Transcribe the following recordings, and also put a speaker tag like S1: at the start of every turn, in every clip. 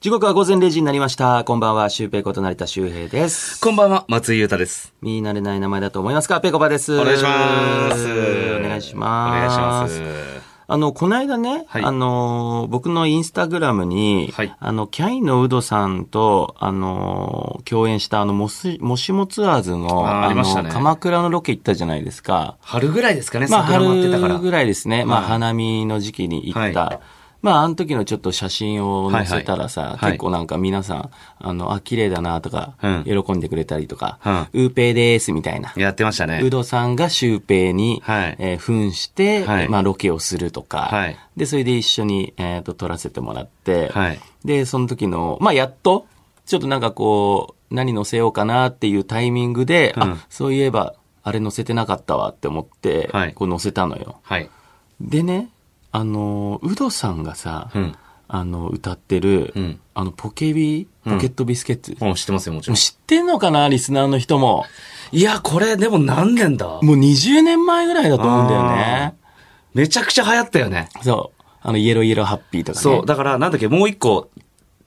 S1: 時刻は午前0時になりました。こんばんは、シュウペイこと成田修平です。
S2: こんばんは、松井裕太です。
S1: 見慣れない名前だと思いますかペコバです。
S2: お願いします。
S1: お願いします。
S2: お願いします。
S1: あの、この間ね、
S2: はい
S1: あのー、僕のインスタグラムに、
S2: はい
S1: あの、キャインのウドさんと、あのー、共演した、あの、もし、もしもツアーズの、
S2: あーありましたね
S1: の、鎌倉のロケ行ったじゃないですか。
S2: 春ぐらいですかね、
S1: まあ、
S2: 桜舞ってたから。
S1: 春ぐらいですね。まあ、
S2: はい
S1: 花見の時期に行った。
S2: は
S1: まあ、あの時のちょっと写真を載せたらさ、
S2: はいはい
S1: 結構なんか皆さん、あの、あ、綺麗だなとか、
S2: うん
S1: 喜んでくれたりとか、
S2: う
S1: ウーペイですみたいな。
S2: やってましたね
S1: ウ。ドさんがシュウペイに、
S2: はい
S1: えー扮して、
S2: はい
S1: まあ、ロケをするとか、
S2: はい
S1: で、それで一緒に、えっ、と、撮らせてもらって、
S2: はい。
S1: で、その時の、まあ、やっと、ちょっとなんかこう、何載せようかなっていうタイミングで、
S2: うん
S1: あ、そういえば、あれ載せてなかったわって思って、
S2: はい
S1: こう載せたのよ。
S2: はい。
S1: でね、あの、ウドさんがさ、
S2: うん。
S1: あの、歌ってる、
S2: うん
S1: あの、ポケビ、
S2: うん
S1: ポケットビスケッツ。も
S2: もう知ってますよ、もちろ。
S1: うん知ってんのかなリスナーの人も。
S2: いや、これ、でも何年だ
S1: もう20年前ぐらいだと思うんだよね。
S2: めちゃくちゃ流行ったよね。
S1: そう。あの、イエローイエローハッピーとかね。
S2: そう、だから、なんだっけ、もう一個、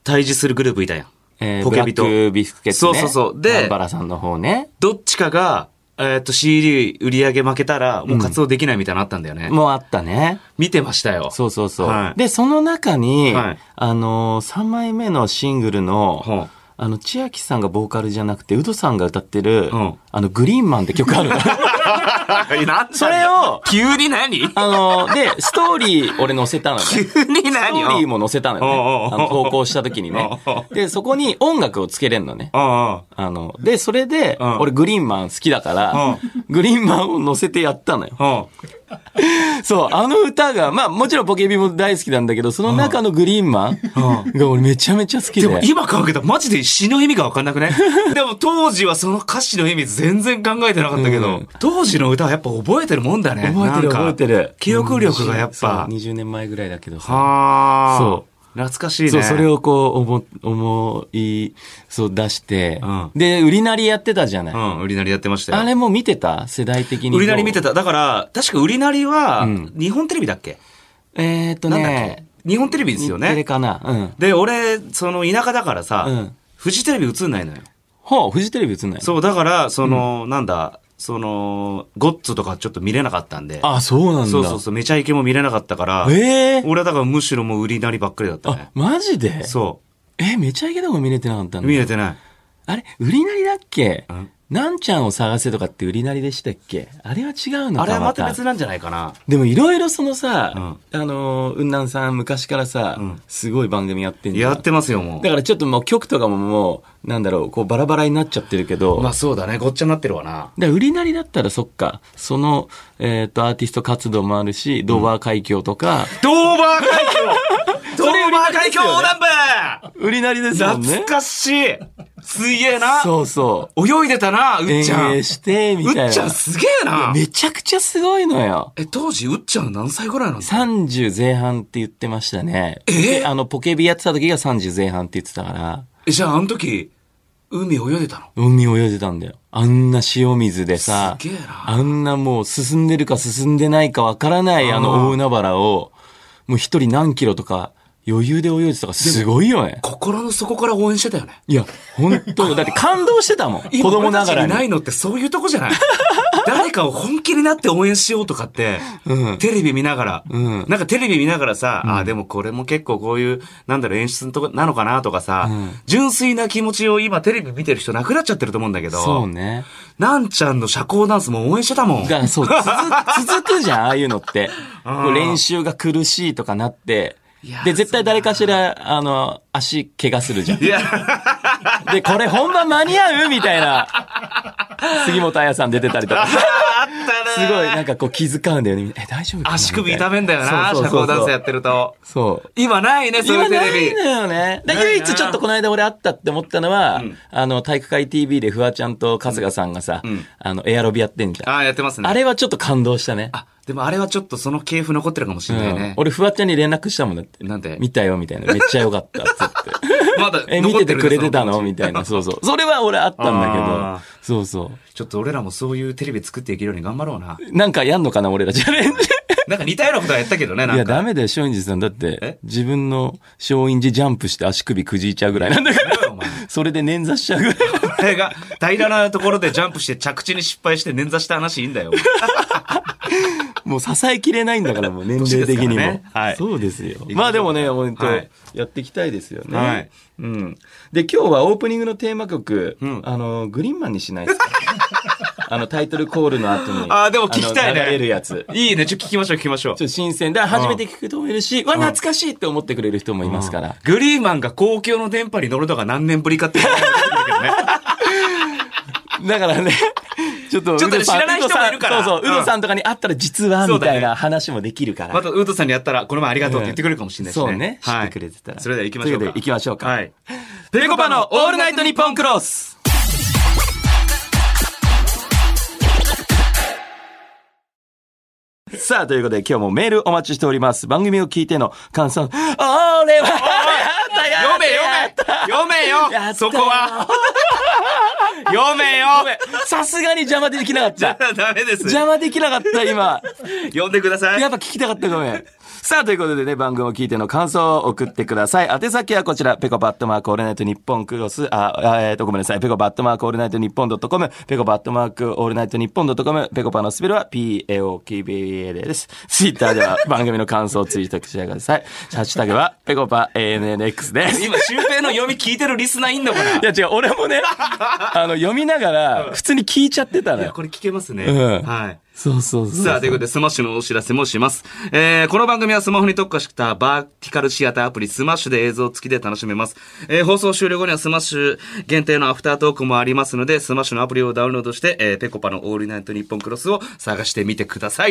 S2: 対峙するグループいたやん。
S1: えー、
S2: ポ
S1: ポケビ
S2: ケビ
S1: と。
S2: と
S1: ブラックビスケッツ、ね。
S2: そうそうそうで
S1: バラさんの方ね。
S2: どっちかが、えーっと、CD 売り上げ負けたら、もう活動できないみたいなのあったんだよね。
S1: もうあったね。
S2: 見てましたよ。
S1: そうそうそう。
S2: はい
S1: で、その中に、
S2: はい
S1: あのー、3枚目のシングルの、
S2: ほう
S1: あの、千秋さんがボーカルじゃなくて、ウドさんが歌ってる、
S2: うん
S1: あの、グリーンマンって曲 あるの
S2: なんだよ
S1: それを、
S2: 急に何
S1: あのー、で、ストーリー俺載せたのね。ス
S2: 急に
S1: ト
S2: 何
S1: ーリーも載せたのよね。
S2: お
S1: あ
S2: うおうおう
S1: の投稿した時にね
S2: おうおう。
S1: で、そこに音楽をつけれんのね。
S2: うんうん。
S1: あの、で、それで、
S2: うん
S1: 俺グリーンマン好きだから、グリーンマンを乗せてやったのよ。
S2: うん。
S1: そう、あの歌が、まあもちろんポケビも大好きなんだけど、その中のグリーンマンが俺めちゃめちゃ好き
S2: で
S1: で。
S2: も今考えたらマジで詩の意味がわかん なくねでも当時はその歌詞の意味全然考えてなかったけど、
S1: うん
S2: 当時の歌はやっぱ覚えてるもんだね。
S1: 覚えてる
S2: なんか
S1: 覚えてる。
S2: 記憶力がやっぱ。
S1: そう20年前ぐらいだけどさ。
S2: はあ。。
S1: そう
S2: 懐かしいね。
S1: そう、それ
S2: を。
S1: をこう、思、思い、そう出して、
S2: うん
S1: で、売りなりやってたじゃない。
S2: うん、売りなりやってましたよ。
S1: あれも見てた世代的に。
S2: 売りなり見てた。だから、確か売りなりは
S1: うん、
S2: 日本テレビだっけ、
S1: えーっと
S2: なんだっけ
S1: ね、
S2: 日本テレビですよ
S1: 日テレ
S2: ね。
S1: かな。うん。
S2: で、俺、その田舎だからさ、
S1: うん
S2: フジテレビ映んないのよ。
S1: ほう、フジテレビ映んない
S2: そう、だから、その、なんだ、その、ゴッツとかちょっと見れなかったんで。
S1: あ、そうなんだ。
S2: そうそうそう、めちゃイケも見れなかったから、
S1: ええー。
S2: 俺はだからむしろもう売りなりばっかりだった
S1: あ
S2: ね、。
S1: マジで
S2: そ
S1: え、めちゃイケだも見れてなかった
S2: う。
S1: んだ。
S2: 見れてない。
S1: あれ、売りなりだっけ
S2: うん
S1: なんちゃんを探せとかって売りなりでしたっけあれは違うのか
S2: あれはまた
S1: ま
S2: 別なんじゃないかな。
S1: でもいろいろそのさ、あのー、雲南さん昔からさ、
S2: うん
S1: すごい番組やってんじゃん。
S2: やってますよ、も
S1: だからちょっともう曲とかももう、なんだろう、こうバラバラになっちゃってるけど、
S2: う。まあそうだね、ごっちゃになってるわな。
S1: で売りなりだったらそっか、その、えっ、と、アーティスト活動もあるし、ドーバー海峡とか、
S2: ドーバー海
S1: それ売りなりですよね
S2: 峡ドーバー海峡横断部
S1: 売りなりですもんね
S2: 懐。かしいすげえな
S1: そうそ
S2: 泳いでたな、う
S1: う。
S2: っちゃん。
S1: 遠
S2: う
S1: 泳
S2: っ
S1: して、みたいな。
S2: ちゃんすげえな
S1: めちゃくちゃすごいのよ。
S2: え、当時うっちゃん何歳ぐらいなの
S1: 30前半って言ってましたね。であの、ポケビやってた時が30前半って言ってたから、
S2: え、じゃああの時、海泳いでたの
S1: 海泳いでたんだよ。あんな塩水でさ、
S2: すげえな
S1: あんなもう進んでるか進んでないかわからないあの大海原を、もう一人何キロとか余裕で泳いでたからすごいよね。
S2: 心の底から応援してたよね。
S1: いや、本当だって感動してたもん。子供ながら
S2: 今俺たち
S1: に。
S2: ないのってそういうとこじ ゃない誰かを本気になって応援しようとかって、
S1: うん
S2: テレビ見ながら、
S1: うん
S2: なんかテレビ見ながらさ、ああ、でもこれも結構こういう、なんだろう、演出のとこなのかなとかさ、
S1: うん
S2: 純粋な気持ちを今テレビ見てる人なくなっちゃってると思うんだけ
S1: そう
S2: ど、
S1: ね。
S2: なんちゃんの社交ダンスも応援してたもん。
S1: だからそう、続続くじ ゃん、ああいうのって。
S2: うん
S1: こう練習が苦しいとかなって
S2: いや。
S1: で、絶対誰かしら、あの、足怪我するじゃん。
S2: い や、
S1: で、これ本番間に合うみたい な。杉本彩さん出てたりとか。
S2: あった
S1: す
S2: ね。
S1: ごい、なんかこう気遣うんだよね。え、大丈夫かな
S2: 足首痛めんだよな、
S1: そうそうそ
S2: 社
S1: うそう
S2: 交ダンスやってると。
S1: そう。
S2: 今ないね、そう
S1: 今
S2: いうテ
S1: な
S2: レビ。
S1: いのよね。で
S2: ないな
S1: 唯一ちょっとこの間俺あったって思ったのは、
S2: うん
S1: あの、体育会 TV でフワちゃんと春日さんがさ、
S2: うん
S1: あの、エアロビやってんじゃん。
S2: ああ、やってますね。
S1: あれはちょっと感動したね。
S2: あ、でもあれはちょっとその系譜残ってるかもしれない
S1: うん
S2: ね。
S1: 俺、フワちゃんに連絡したもんだって。
S2: なんで
S1: 見たよ、みたいな。めっちゃよかった、つって。
S2: まだ
S1: え、見
S2: 残って
S1: て
S2: るね
S1: くれてたの
S2: そ
S1: みた いな。そうそう。それは俺あったんだ
S2: あ
S1: けど。そうそ
S2: ちょっと俺らもそういうテレビ作っていけるように頑張ろうな。
S1: う。なんかやんのかな、俺らチャレンジ。
S2: なんか似たようなことはやったけどね、
S1: い
S2: な
S1: や、
S2: んか。
S1: ダメだよ、松陰寺さん。だっ
S2: え
S1: て、自分の松陰寺ジャンプして足首くじいちゃうぐらいなんだから、
S2: お前
S1: それで捻挫しちゃうぐらい。
S2: お前が平らなところでジャンプして着地に失敗して捻挫した話いいんだよ。
S1: もう支えきれないんだから、もう年齢的にも。
S2: 年ですからねはい
S1: そうですよ。
S2: ょう
S1: まあでもね、本当、
S2: はい
S1: やっていきたいですよね。
S2: はい
S1: うん。で、今日はオープニングのテーマ曲、
S2: ん
S1: あの、グリーンマンにしないですか あの、タイトルコールの後に。
S2: あーでも聞きたいね
S1: あの流れるやつ。
S2: いいね、ちょ、っと聞きましょう、聞きましょう
S1: ちょ。っと新鮮で、あ初めて聞く人もいるし、わ、懐かしいって思ってくれる人もいますから。
S2: グリーンマンが公共の電波に乗るのが何年ぶりかっていうのが出てくるけどね
S1: だから ね、ちょっと、
S2: ちょっとね
S1: ウドさん
S2: 知らない人もいるから
S1: そうそう、
S2: うん
S1: ウドさんとかに会ったら実は、
S2: そう
S1: み
S2: だね
S1: たいな話もできるから。
S2: また、ウートさんにやったら、この前ありがとうって言ってくれるかもしれないしね。
S1: そうね。知
S2: は
S1: っ
S2: い。
S1: てくれてたら。
S2: それでは行きま
S1: とい
S2: しょう
S1: こ
S2: か。
S1: とで行きましょうか。
S2: はい。
S1: ペコパのオールナイトニッポンクロス。さあ、ということで今日もメールお待ちしております。番組を聞いての感想。俺は、
S2: 読め読め読め
S1: やった
S2: よ
S1: よ
S2: そこ は読めよ
S1: さすがに邪魔できなかった。
S2: ダメです。
S1: 邪魔できなかった、今。
S2: 読んでくださ い。
S1: やっぱ聞きたかった、ごめん。 さあ、ということでね、番組を聞いての感想を送ってください。宛先はこちら、ペコパットマークオールナイトニッポンクロス、あ、あえっ、と、ごめんなさい、ペコパットマークオールナイトニッポンドットコム、ペコパットマークオールナイトニッポンドットコム、ペコパのスペルは PAOKBA です。ツイッターでは番組の感想をツイートしてください。ハッシュタグは、ペコパ ANNX です。
S2: 今、シュウペイの読み聞いてるリスナーいんのかない
S1: いや違う、俺もね、あの、読みながら、普通に聞いちゃってたの
S2: や、
S1: よ。
S2: これ聞けますね。
S1: うん
S2: はい。
S1: そうそうそう。
S2: さあ、ということで、スマッシュのお知らせもします。えー、この番組はスマホに特化したバーティカルシアターアプリスマッシュで映像付きで楽しめます。えー、放送終了後にはスマッシュ限定のアフタートークもありますので、スマッシュのアプリをダウンロードして、えー、ペコパのオールナイトニッポンクロスを探してみてください。